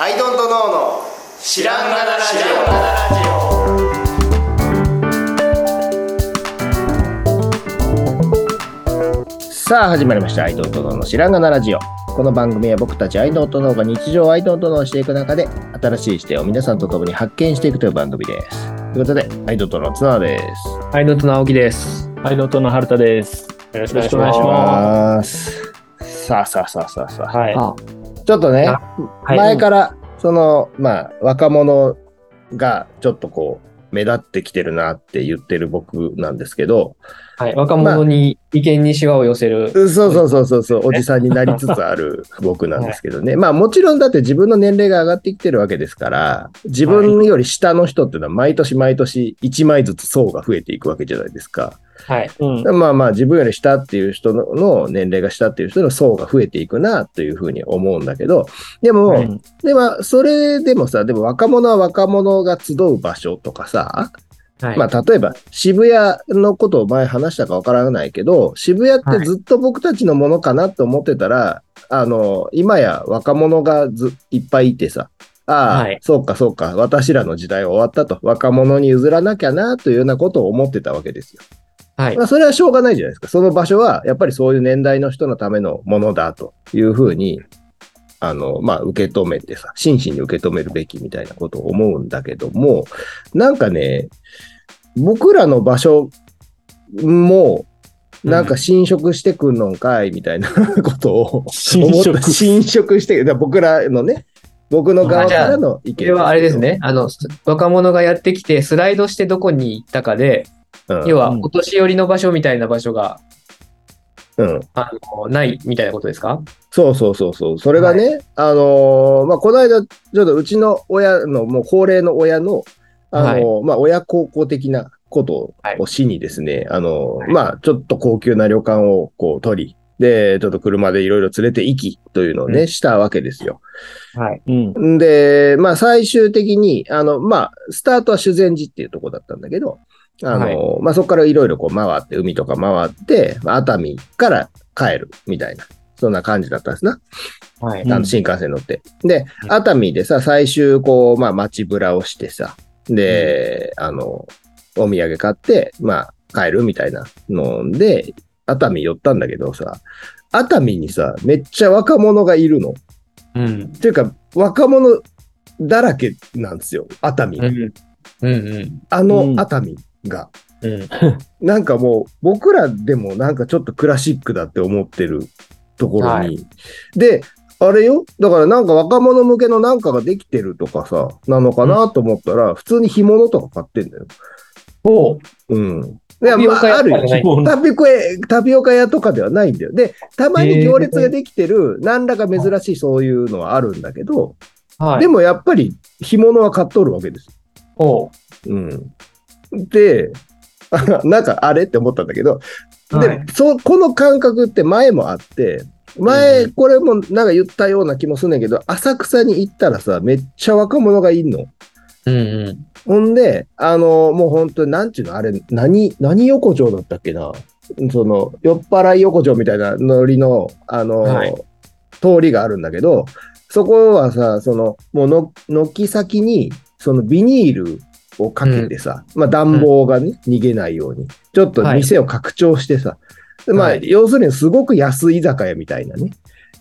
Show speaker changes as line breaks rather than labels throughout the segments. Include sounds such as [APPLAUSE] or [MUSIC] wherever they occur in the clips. アイドントノーの知らんがなラジ
さあ始まりました「アイドルとの知らんがなラジオ」この番組は僕たちアイドルとのが日常をアイドルとのしていく中で新しい視点を皆さんと共に発見していくという番組ですということでアイドルとの綱です
アイノートの青木です。
はい、ノートの春田です。よろしくお願いします。
よろしくお願
すさあさあさあさあさあ
はい。
あ、
ちょっとね、
な
前からそのまあ若者がちょっとこう目立ってきてるなって言ってる僕なんですけど
はい、若者に意見にしわを寄せる。
そうそうそうそうそう、おじさんになりつつ
[LAUGHS]
ある僕なんですけどね。まあもちろんだって自分の年齢が上がってきてるわけですから、自分より下の人っていうのは毎年毎年1枚ずつ層が増えていくわけじゃないですか。
はい。
うん。
まあまあ自分より下っていう人のの年齢が下っていう人の層が増えていくなというふうに思うんだけど、でも、
はい
でもそれでもさ、でも若者は若者が集う場所とかさ、
はい。
まあ、例えば渋谷のことを前話したかわからないけど、渋谷ってずっと僕たちのものかなと思ってたら、あの、今や若者がずいっぱいいてさ、ああ、
はい
そうかそうか、私らの時代は終わったと、若者に譲らなきゃなというようなことを思ってたわけですよ。
はい
ま。あ、それはしょうがないじゃないですか。その場所はやっぱりそういう年代の人のためのものだというふうに、あの、まあ、受け止めてさ、真摯に受け止めるべきみたいなことを思うんだけども、なんかね、僕らの場所も、なんか侵食してくんのんかいみたいな [LAUGHS] ことを
新
思っ
色
た。。侵食して、だから僕らのね、僕の側からの意見
これはあれです。ね。あの、す若者がやってきて、スライドしてどこに行ったかで、
うん
要は、
うん
お年寄りの場所みたいな場所が、
うん。
あの、ないみたいなことですか
そうそうそうそう。それがね、あのーまあ、この間、ちょっとうちの親の、もう高齢の親の、あのーまあ、親孝行的なことをしにですね、あのー
はい
まあ、ちょっと高級な旅館をこう取り、で、ちょっと車でいろいろ連れて行きというのをね、
う
したわけですよ。
はい。
うん。
んで、まあ、最終的に、あの、まあ、スタートは修善寺っていうとこだったんだけど、あの、
はい
まあ、そこからいろいろこう回って、海とか回って、まあ熱海から帰るみたいな、そんな感じだったんですな。
はい。
うん
あの新幹線乗って。で、
うん
熱海でさ、最終、こう、まあ、街ぶらをしてさ、で、あの、お土産買って、まあ、帰るみたいなので、熱海寄ったんだけどさ、熱海にさ、めっちゃ若者がいるの。
うん。
っていうか、若者だらけなんですよ、熱海。
うん。うん。うん。
あ
う
の
ん
熱海が。
うん。
なんかもう、僕らでもなんかちょっとクラシックだって思ってるところに。
は
で、あれよだからなんか若者向けのなんかができてるとかさ、なのかなと思ったら、普通に干物とか買ってんだよ。
おう。
うん。いや、
タピオ
ま
カ
あ、
屋
あるよ
とかじゃない。
タピコ屋タピオカ屋とかではないんだよ。で、たまに行列ができてる、何らか珍しいそういうのはあるんだけど、
はい。
でもやっぱり干物は買っとるわけですよ
おう。
うん。で、あなんかあれって思ったんだけど、
はい
でそうこの感覚って前もあって、前、
う
これもなんか言ったような気もするんだけど、浅草に行ったらさ、めっちゃ若者がいんの。
うんうん。
ほんで、あの、もう本当に、なんちゅうの、あれ、何、何横丁だったっけな。その、酔っ払い横丁みたいなノリの、あの、
はい
通りがあるんだけど、そこはさ、その、もうの、軒先に、そのビニールをかけてさ、まあ暖房がね、逃げないように、ちょっと
はい
店を拡張してさ、でまあ、
はい
要するにすごく安い居酒屋みたいなね。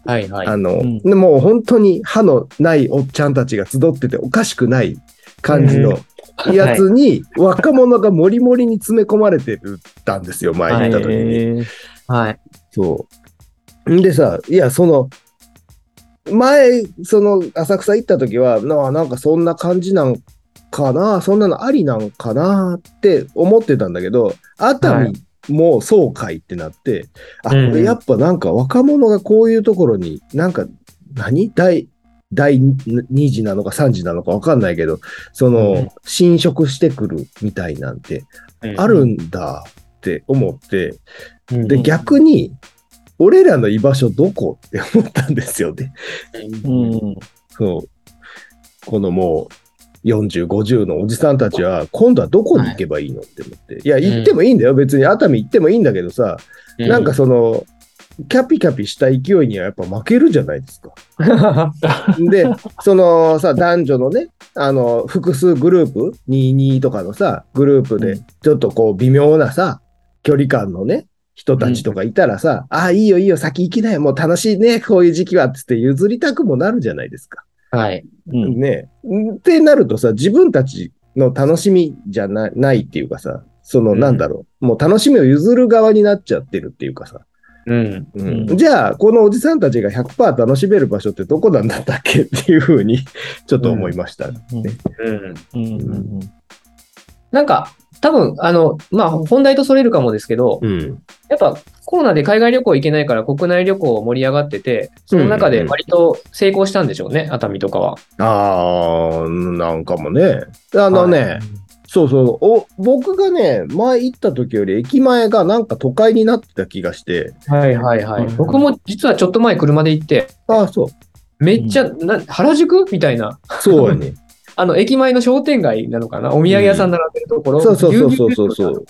はいはい。
あの、
うん
でもう本当に歯のないおっちゃんたちが集ってておかしくない感じの
うん
やつに若者がもりもりに詰め込まれてるたんですよ、前に行った時に。
えー
はい。
そう。んでさ、いや、その、前、その、浅草行った時は、なあなんかそんな感じなんかな、そんなのありなんかなって思ってたんだけど、熱
は
海
い
も総会ってなって、
うん
あ、これやっぱなんか若者がこういうところに、なんか何、第、第2次なのか3次なのかわかんないけど、その、
うん
侵食してくるみたいなんて、あるんだって思って、
うん。
で、逆に、俺らの居場所どこって思ったんですよね。 [LAUGHS]
うん。
そう。このもう、40、50のおじさんたちは、今度はどこに行けばいいのって思って。いや、行ってもいいんだよ。別に熱海行ってもいいんだけどさ、なんかその、キャピキャピした勢いにはやっぱ負けるじゃないですか。で、そのさ、男女のね、あの、複数グループ、22とかのさ、グループ
う
で、ちょっとこう、微妙なさ、距離感のね、人たちとかいたらさ、ああ、いいよいいよ、先行きなよ、もう楽しいね、こういう時期は、つって譲りたくもなるじゃないですか。
はい。
うん
ねえ。ってなるとさ、自分たちの楽しみじゃなないっていうかさ、その、
うん
なんだろう、もう楽しみを譲る側になっちゃってるっていうかさ、
うん。
うんじゃあ、このおじさんたちが100%楽しめる場所ってどこなんだったっけっていうふうに、 [LAUGHS] ちょっと思いまし
う
た。
ん。
うんうん
なんか、多分、あの、まあ、本題とそれるかもですけど、
うん。
やっぱコロナで海外旅行行けないから国内旅行盛り上がってて、その中で割と成功したんでしょうね、熱海とかは。
ああ、なんかもね。あのね、そうそうお、僕がね、前行った時より駅前がなんか都会になってた気がして、
はいはいはい
うん
僕も実はちょっと前車で行って、
ああ、そう、
めっちゃ、な原宿みたいな、
そうやね。
あの、駅前の商店街なのかな、お土産屋さん並んでるところ。
[LAUGHS] そうそうそうそうそうそう。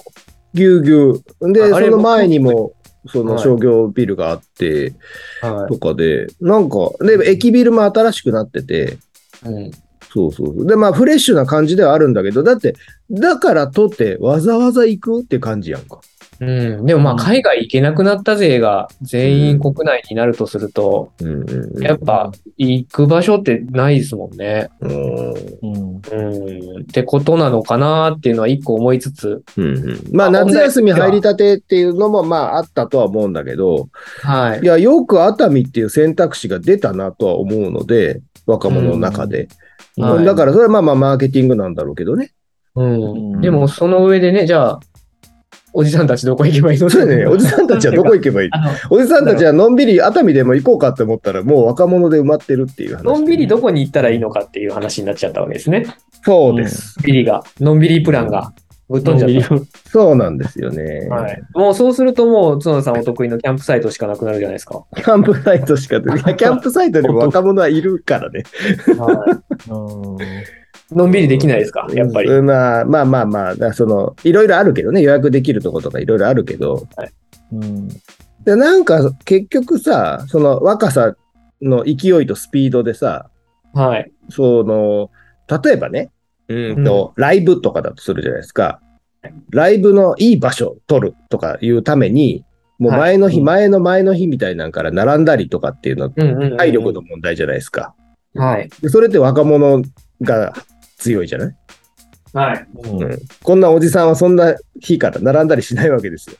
ぎゅうぎゅう。で、
あ
そ
あれ
の前にも、その
はい
商業ビルがあって、
は
とかで、なんか、で、駅ビルも新しくなってて、
い。うん
そうそうそう。で、まあ、フレッシュな感じではあるんだけど、だって、だからとって、わざわざ行くって感じやんか。
うん、でもまあ
うん
海外行けなくなった勢が全員国内になるとすると、
うんうんうん
やっぱ行く場所ってないですもんね。
うん
うん
うん、ってことなのかなっていうのは一個思いつつ、
うんうんまあ、
まあ
夏休み入りたてっていうのも、まあ、あったとは思うんだけど、
はい
い。や、よく熱海っていう選択肢が出たなとは思うので、若者の中で。
うんはい
だから、それはまあまあ、マーケティングなんだろうけどね。
う、
うんん
でもその上でね、じゃあ、おじさんたちどこ行けばいいの
そ
[LAUGHS]
うだね、おじさんたちはどこ行けばいい
あの
おじさんたちはのんびり熱海でも行こうかって思ったら、もう若者で埋まってるっていう話。
のんびりどこに行ったらいいのかっていう話になっちゃったわけですね。
そうです。
ビリが、のんびりプランがぶっ飛んじゃっ
そうなんですよね。
た。はい、もうそうするともう、角田さんお得意のキャンプサイトしかなくなるじゃないですか。
キャンプサイトしか出ていやキャンプサイトにも若者はいるからね。
は
う
い、のんびりできないですか、やっぱり。
うんまあまあまあまあ、だからその、いろいろあるけどね、予約できるとことかいろいろあるけど、
ん
でなんか結局さ、その若さの勢いとスピードでさ、
はい。
その、例えばね、うんと、ライブとかだとするじゃないですか。ライブのいい場所を取るとかいうために、もう前の日、
はい
前の前の日みたいなんから並んだりとかっていうのは
うんうんうんうん
体力の問題じゃないですか。
はい。
でそれって若者が強いじゃない、
はい。
うん、こんなおじさんはそんな日から並んだりしないわけですよ。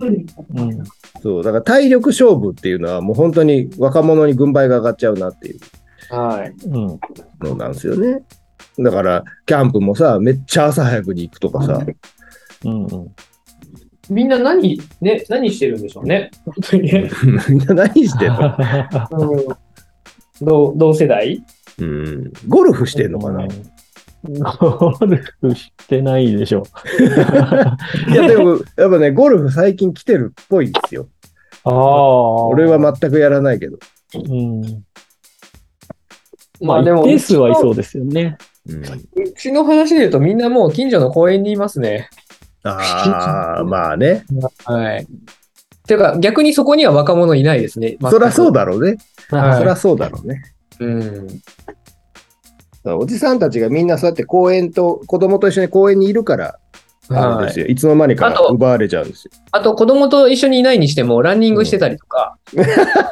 うん
そう、だから体力勝負っていうのはもう本当に若者に軍配が上がっちゃうなっていう
はい。
うん
のなんですよね。だから、キャンプもさ、めっちゃ朝早くに行くとかさ、 [LAUGHS]
うんうん
みんな何、ね、何してるんでしょうね。本当にね。
みんな何してんの
うん同同世代
うんゴルフしてんのかな、い
ゴルフしてないでしょ。
や、でも、やっぱね、ゴルフ最近来てるっぽいんですよ。
ああ。
俺は全くやらないけど。
うん。ま
まあ
あ、
で
で
も
も。一定数はいそうですよね。
うん、
うちの話で言うとみんなもう近所の公園にいますね。
ああ、まあね。
はい。ていうか逆にそこには若者いないですね。
そりゃそう
だ。
だろうね。
はい
そりゃそうだろうね。
うん。
だからおじさんたちがみんなそうやって公園と、子供と一緒に公園にいるから、あれ
は
です
い、
よ。いつの間にか
あと
奪われちゃうんですよ。
あと子供と一緒にいないにしてもランニングしてたりとか、
[LAUGHS]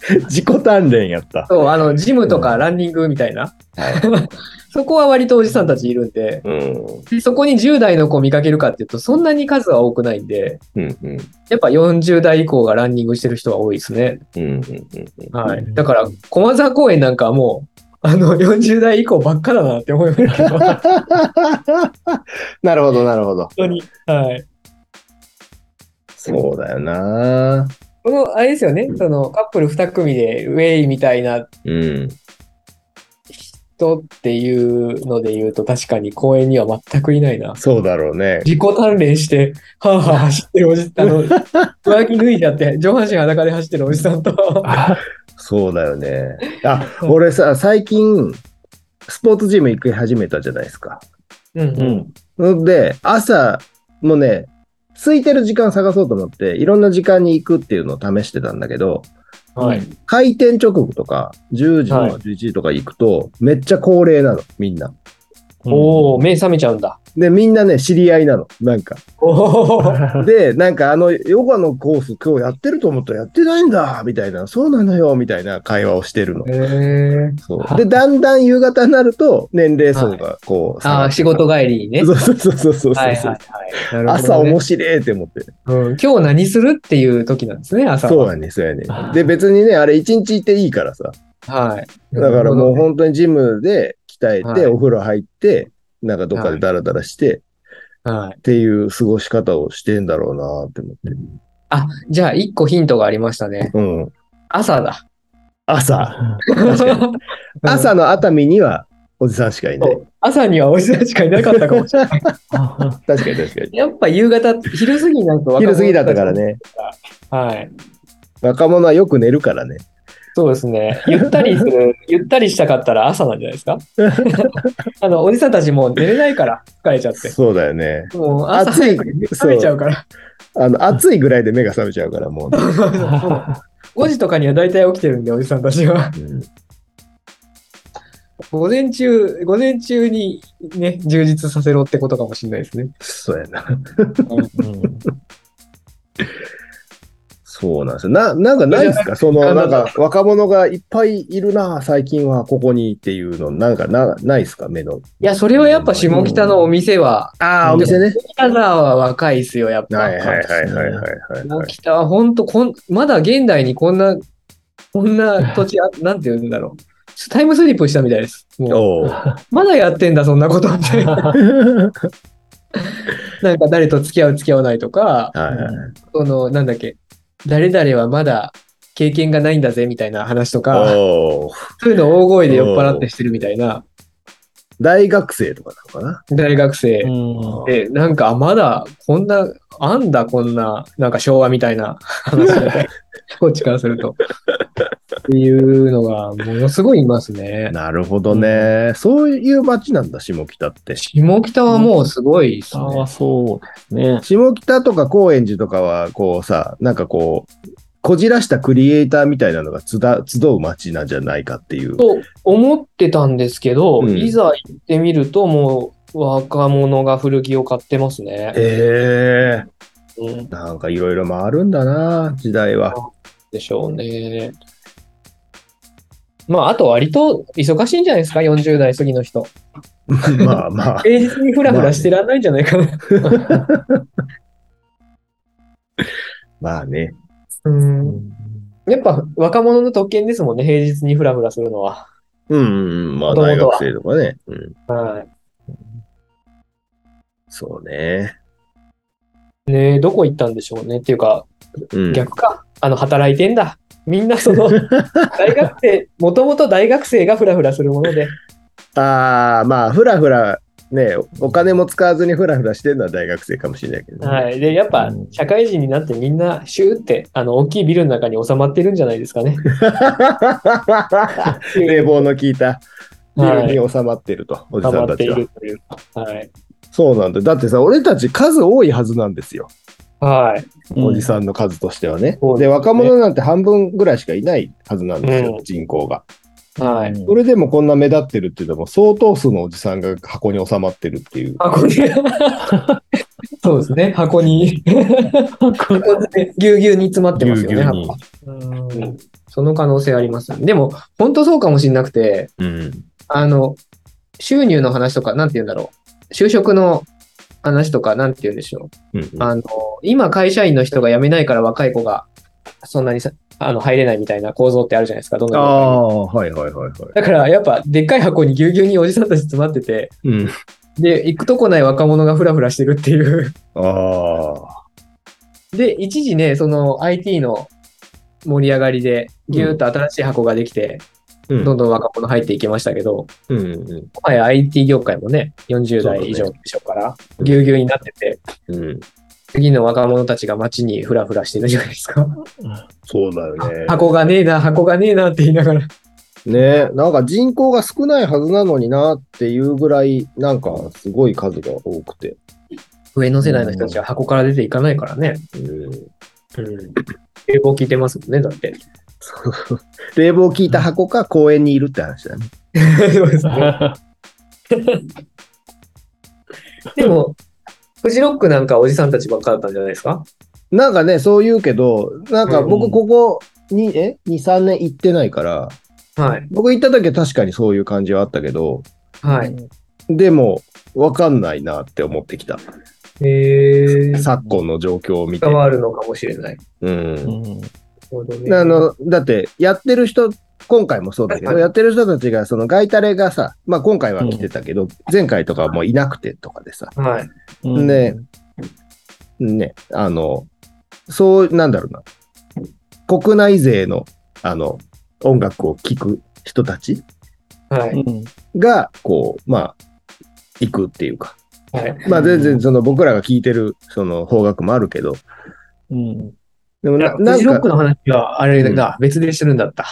自己鍛錬やった。
そうあのジムとかランニングみたいな、 [LAUGHS] そこは割とおじさんたちいるんで、
うん。
そこに10代の子見かけるかっていうとそんなに数は多くないんで、
うんうん。
やっぱ40代以降がランニングしてる人は多いですね。
うんうんうん
はい。だから、駒沢公園なんかはもう、あの、40代以 [LAUGHS] 降ばっかだなって思いますけど、 [LAUGHS] 本
なるほど、なるほど。
当に。はい。
そうだよな。
この、あれですよね、その、カップル2組で、ウェイみたいな
うん。
人っていうので言うと、確かに公園には全くいないな。
そうだろうね。
自己鍛錬して、はあはあ走ってるおじ、あ [LAUGHS] の、上着脱いじゃって、上半身裸で走ってるおじさんと、
そうだよね。あ、俺さ、最近、スポーツジム行き始めたじゃないですか。
うん
うん。
で、朝もね、空いてる時間探そうと思って、いろんな時間に行くっていうのを試してたんだけど、
はい。
開店直後とか、10時とか
はい
11時とか行くと、めっちゃ高齢なの、みんな。
おお、目覚めちゃうんだ。
で、みんなね、知り合いなの、なんか。
おー
で、なんかあの、ヨガのコース今日やってると思ったらやってないんだ、みたいな、そうなのよ、みたいな会話をしてるの。
へえ。
そう。で、だんだん夕方になると、年齢層がこう、
ああ、仕事帰りにね。
そうそうそうそうそうそう。
はいはいはい。なるほどね
朝面白いって思って。
うん今日何するっていう時なんですね、朝は。
そうやね、そうやね
あ。ー
で、別にね、あれ一日行っていいからさ。
はい。
だからもう
なる
本当にジムで鍛え
はい
て、お風呂入って、なんかどっかでダラダラして、
ほどね、はい。
っていう過ごし方をしてんだろうなって思って。
あ、じゃあ一個ヒントがありましたね。
うん。
朝だ。
朝。確かに。
[LAUGHS]
朝の熱海にはおじさんしかいな
そ
い。
う朝にはおじさんしかいなかったかもしれない。
あ
[LAUGHS] 確かに確かに。
やっぱ夕方、昼過ぎなんか若者
昼過ぎだったから。ね。
はい。
若者はよく寝るからね。
そうですね。ゆったりする、ゆったりしたかったら朝なんじゃないですかあの、おじさんたちもう寝れないから、疲れちゃって。
そうだよね。
もう朝
暑い
早くに目覚めちゃうから。 [LAUGHS]
あの、暑いぐらいで目が覚めちゃうから、もう、ね。
5時とかには大体起きてるんで、おじさんたちは。
うん
午前中、午前中にね、充実させろってことかもしれないですね。
そうやな。
うん
そうなんですよ。な、なんかないですかその、
あの
なんか、若者がいっぱいいるな、最近は、ここにっていうの、なんかな、ないですか目の。
いや、それはやっぱ下北のお店は、
あ
あお店
ね。
北沢は若いっすよ、やっぱ。
はいはいはいはいはい
下
はい。
北は本当こん、まだ現代にこんな、こんな土 [LAUGHS] 地あ、なんて言うんだろう。タイムスリップしたみたいです。もう
おう
まだやってんだ、 [LAUGHS] そんなことみたいな。なんか誰と付き合う、付き合わないとか、
はいはい
その、なんだっけ、誰々はまだ経験がないんだぜ、みたいな話とか、
おう
そういうのを大声で酔っ払ってしてるみたいな、
大学生とかなのか
大学生
うん
で、なんか、あまだ、こんな、あんだ、こんな、なんか昭和みたいな話 [LAUGHS] みたいこっちからすると。っていうのが、ものすごいいますね
な。。なるほどね。そういう街なんだ、下北って。
下北はもうすごいです
さ
ね。
あ、そうですね。
下北とか高円寺とかは、こうさ、なんかこう、こじらしたクリエイターみたいなのが集だ集う街なんじゃないかっていう。
と思ってたんですけど、
うん
いざ行ってみると、もう、若者が古着を買ってますね。
へえ。
うん、
なんかいろいろ回るんだな、時代は。
でしょうね。まあ、あと割と忙しいんじゃないですか、40代過ぎの人。
まあまあ。
平日にフラフラしてらんないんじゃないかな。
まあね。
うんやっぱ若者の特権ですもんね、平日にフラフラするのは。
うんうんうん。まあ
元々は
大学生とかね。うん。
は
そうね。
い、ねえどこ行ったんでしょうねっていうか、
うん。
逆か。あの、働いてんだ。みんなそ
[LAUGHS]
の、大学生、もともと大学生がフラフラするもので。
ああ、まあ、ふらふら、ね、お金も使わずにふらふらしてるのは大学生かもしれないけどね、
はい。で、やっぱ
う、ん
社会人になってみんな、シューって、あの、大きいビルの中に収まってるんじゃないですかね。
[LAUGHS] 冷房の効いた [LAUGHS] ビ
はい
ルに収まってると、おじ
収
さ
ま
ん
ったてい
ちは。
るという。はい。
そうなんだ。だってさ、俺たち数多いはずなんですよ。
はい。
おじさんの数としてはね。
そうですね
で、若者なんて半分ぐらいしかいないはずなんですよ、
うん
人口が。
はい。
それでもこんな目立ってるっていうのも、相当数のおじさんが箱に収まってるっていう。
箱に
[LAUGHS]
そうですね、箱に。箱でぎゅうぎゅうに詰まってますよね、
ぎゅうぎゅうに
箱うんその可能性あります。でも、本当そうかもしれなくて、
うん。
あの、収入の話とか、なんて言うんだろう。就職の話とか、なんて言うんでしょ
うん
う。あの、今、会社員の人が辞めないから若い子が、そんなにさあの入れないみたいな構造ってあるじゃないですか、どん
あ
なの
あ、はいはいはいはい。
だから、やっぱ、でっかい箱にぎゅうぎゅうにおじさんたち詰まってて、
うん。
で、行くとこない若者がフラフラしてるっていう。
あ
で、一時ね、その IT の盛り上がりで、ぎゅーっと新しい箱ができて、
あ。うん
どんどん若者入っていきましたけど、
うんうん
今や IT 業界もね、40
そうだ
代
ね
以上でしょうから、ぎゅうぎゅうになってて、
うん。
次の若者たちが街にふらふらしてるじゃないですか。
そうだよね。
箱がねえな、箱がねえなって言いながら。
ねなんか人口が少ないはずなのになっていうぐらい、なんかすごい数が多くて。
上の世代の人たちは箱から出ていかないからね。うん。英語聞いてますもんね、だ [LAUGHS] って。
冷房効いた箱か公園にいるって話だね。
そうですね。でも、フジロックなんかおじさんたちばっかだったんじゃないですか
なんかね、そう言うけど、なんか
う
僕
ん
ここに、え ?2、3年行ってないから、
はい。
僕行った時は確かにそういう感じはあったけど、
はい。
でも、わかんないなって思ってきた。
えー、
昨今の状況を見て。
変わるのかもしれない。
うん。
なるほどね
あの、だって、やってる人、今回もそうだけ
は
ど、
いはい
やってる人たちが、そのガイタレがさ、まあ今回は来てたけど、前回とかはもういなくてとかでさ、
はい。
ねね、あの、そう、なんだろうな、国内勢の、あの、音楽を聴く人たち
はい。
が、こう、まあ、行くっていうか、
はい。
まあ全然その僕らが聴いてる、その方角もあるけど、でもな
フ
なん
ジロック
か、
の話は、あれだ、別でしてるんだった。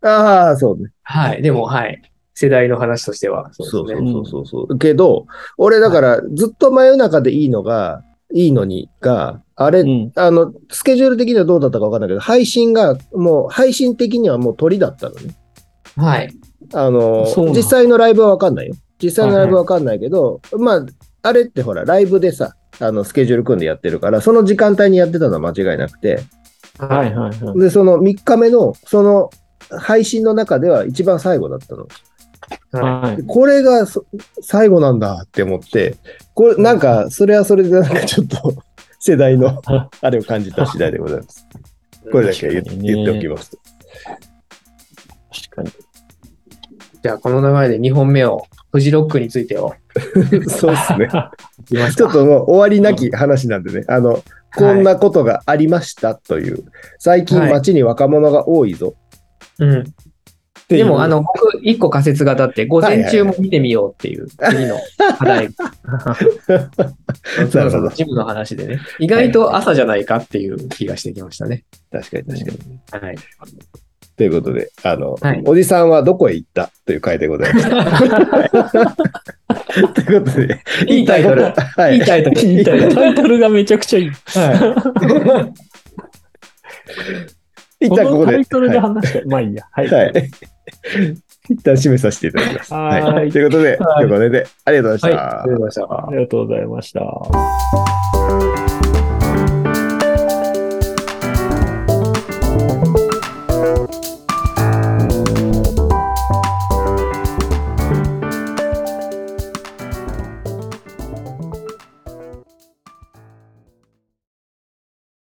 ああ、そうね。
はい。でも、はい。世代の話としては。
そう
で
そ
す
う
ね
そうそうそう。けど、俺だからずっと真夜中でいいのが、いいのにが、あれ、あの、スケジュール的にはどうだったかわかんないけど、配信が、もう配信的にはもう鳥だったのね。
はい。
あの
そうな、の
実際のライブはわかんないよ。実際のライブはわかんないけど、まあ、あれってほら、ライブでさ、あの、スケジュール組んでやってるから、その時間帯にやってたのは間違いなくて、
はいはいは
で、その3日目の、その、配信の中では一番最後だったの。
い。はい。
これがそ最後なんだって思って、これなんか、それはそれで、なんかちょっと [LAUGHS] 世代
[LAUGHS]
のあれを感じた次第でございます。これだけは言っ
確かにね
言っておきますと。
確かに。
じゃあ、この流れで2本目を、フジロックについてを。
[LAUGHS] そうです
[LAUGHS]
ね。
いきます
ちょ
か
っともう終わりなき話なんでね、あの、こんなことがありましたという、最近
はい
街に若者が多いぞ
うん。
ってい
で
う。
も、あ、の、僕、一個仮説が立って、午前中も見てみようっていう、次の課題。
[LAUGHS] なるほど。
ジムの話でね。意外と朝じゃないかっていう気がしてきましたね。
確かに確かに。
はい。
ということで、あの、 [LAUGHS]
はい
おじさんはどこへ行ったという回でござ
[LAUGHS]
いました。 [LAUGHS] ということで、
いいタイトル。
はい
い。
い
タイトル。
タイトルがめちゃくちゃいい。
は
一
こ
旦ここ
の
で。
タイトルで
は
話した。まあいいや。はい
い。。はい。一旦締めさせていただきます。
はい
はい。ということで、今日はこれでありがとうござい
い。
ました。
はい。ありがとうございました
あ。りがとうございました。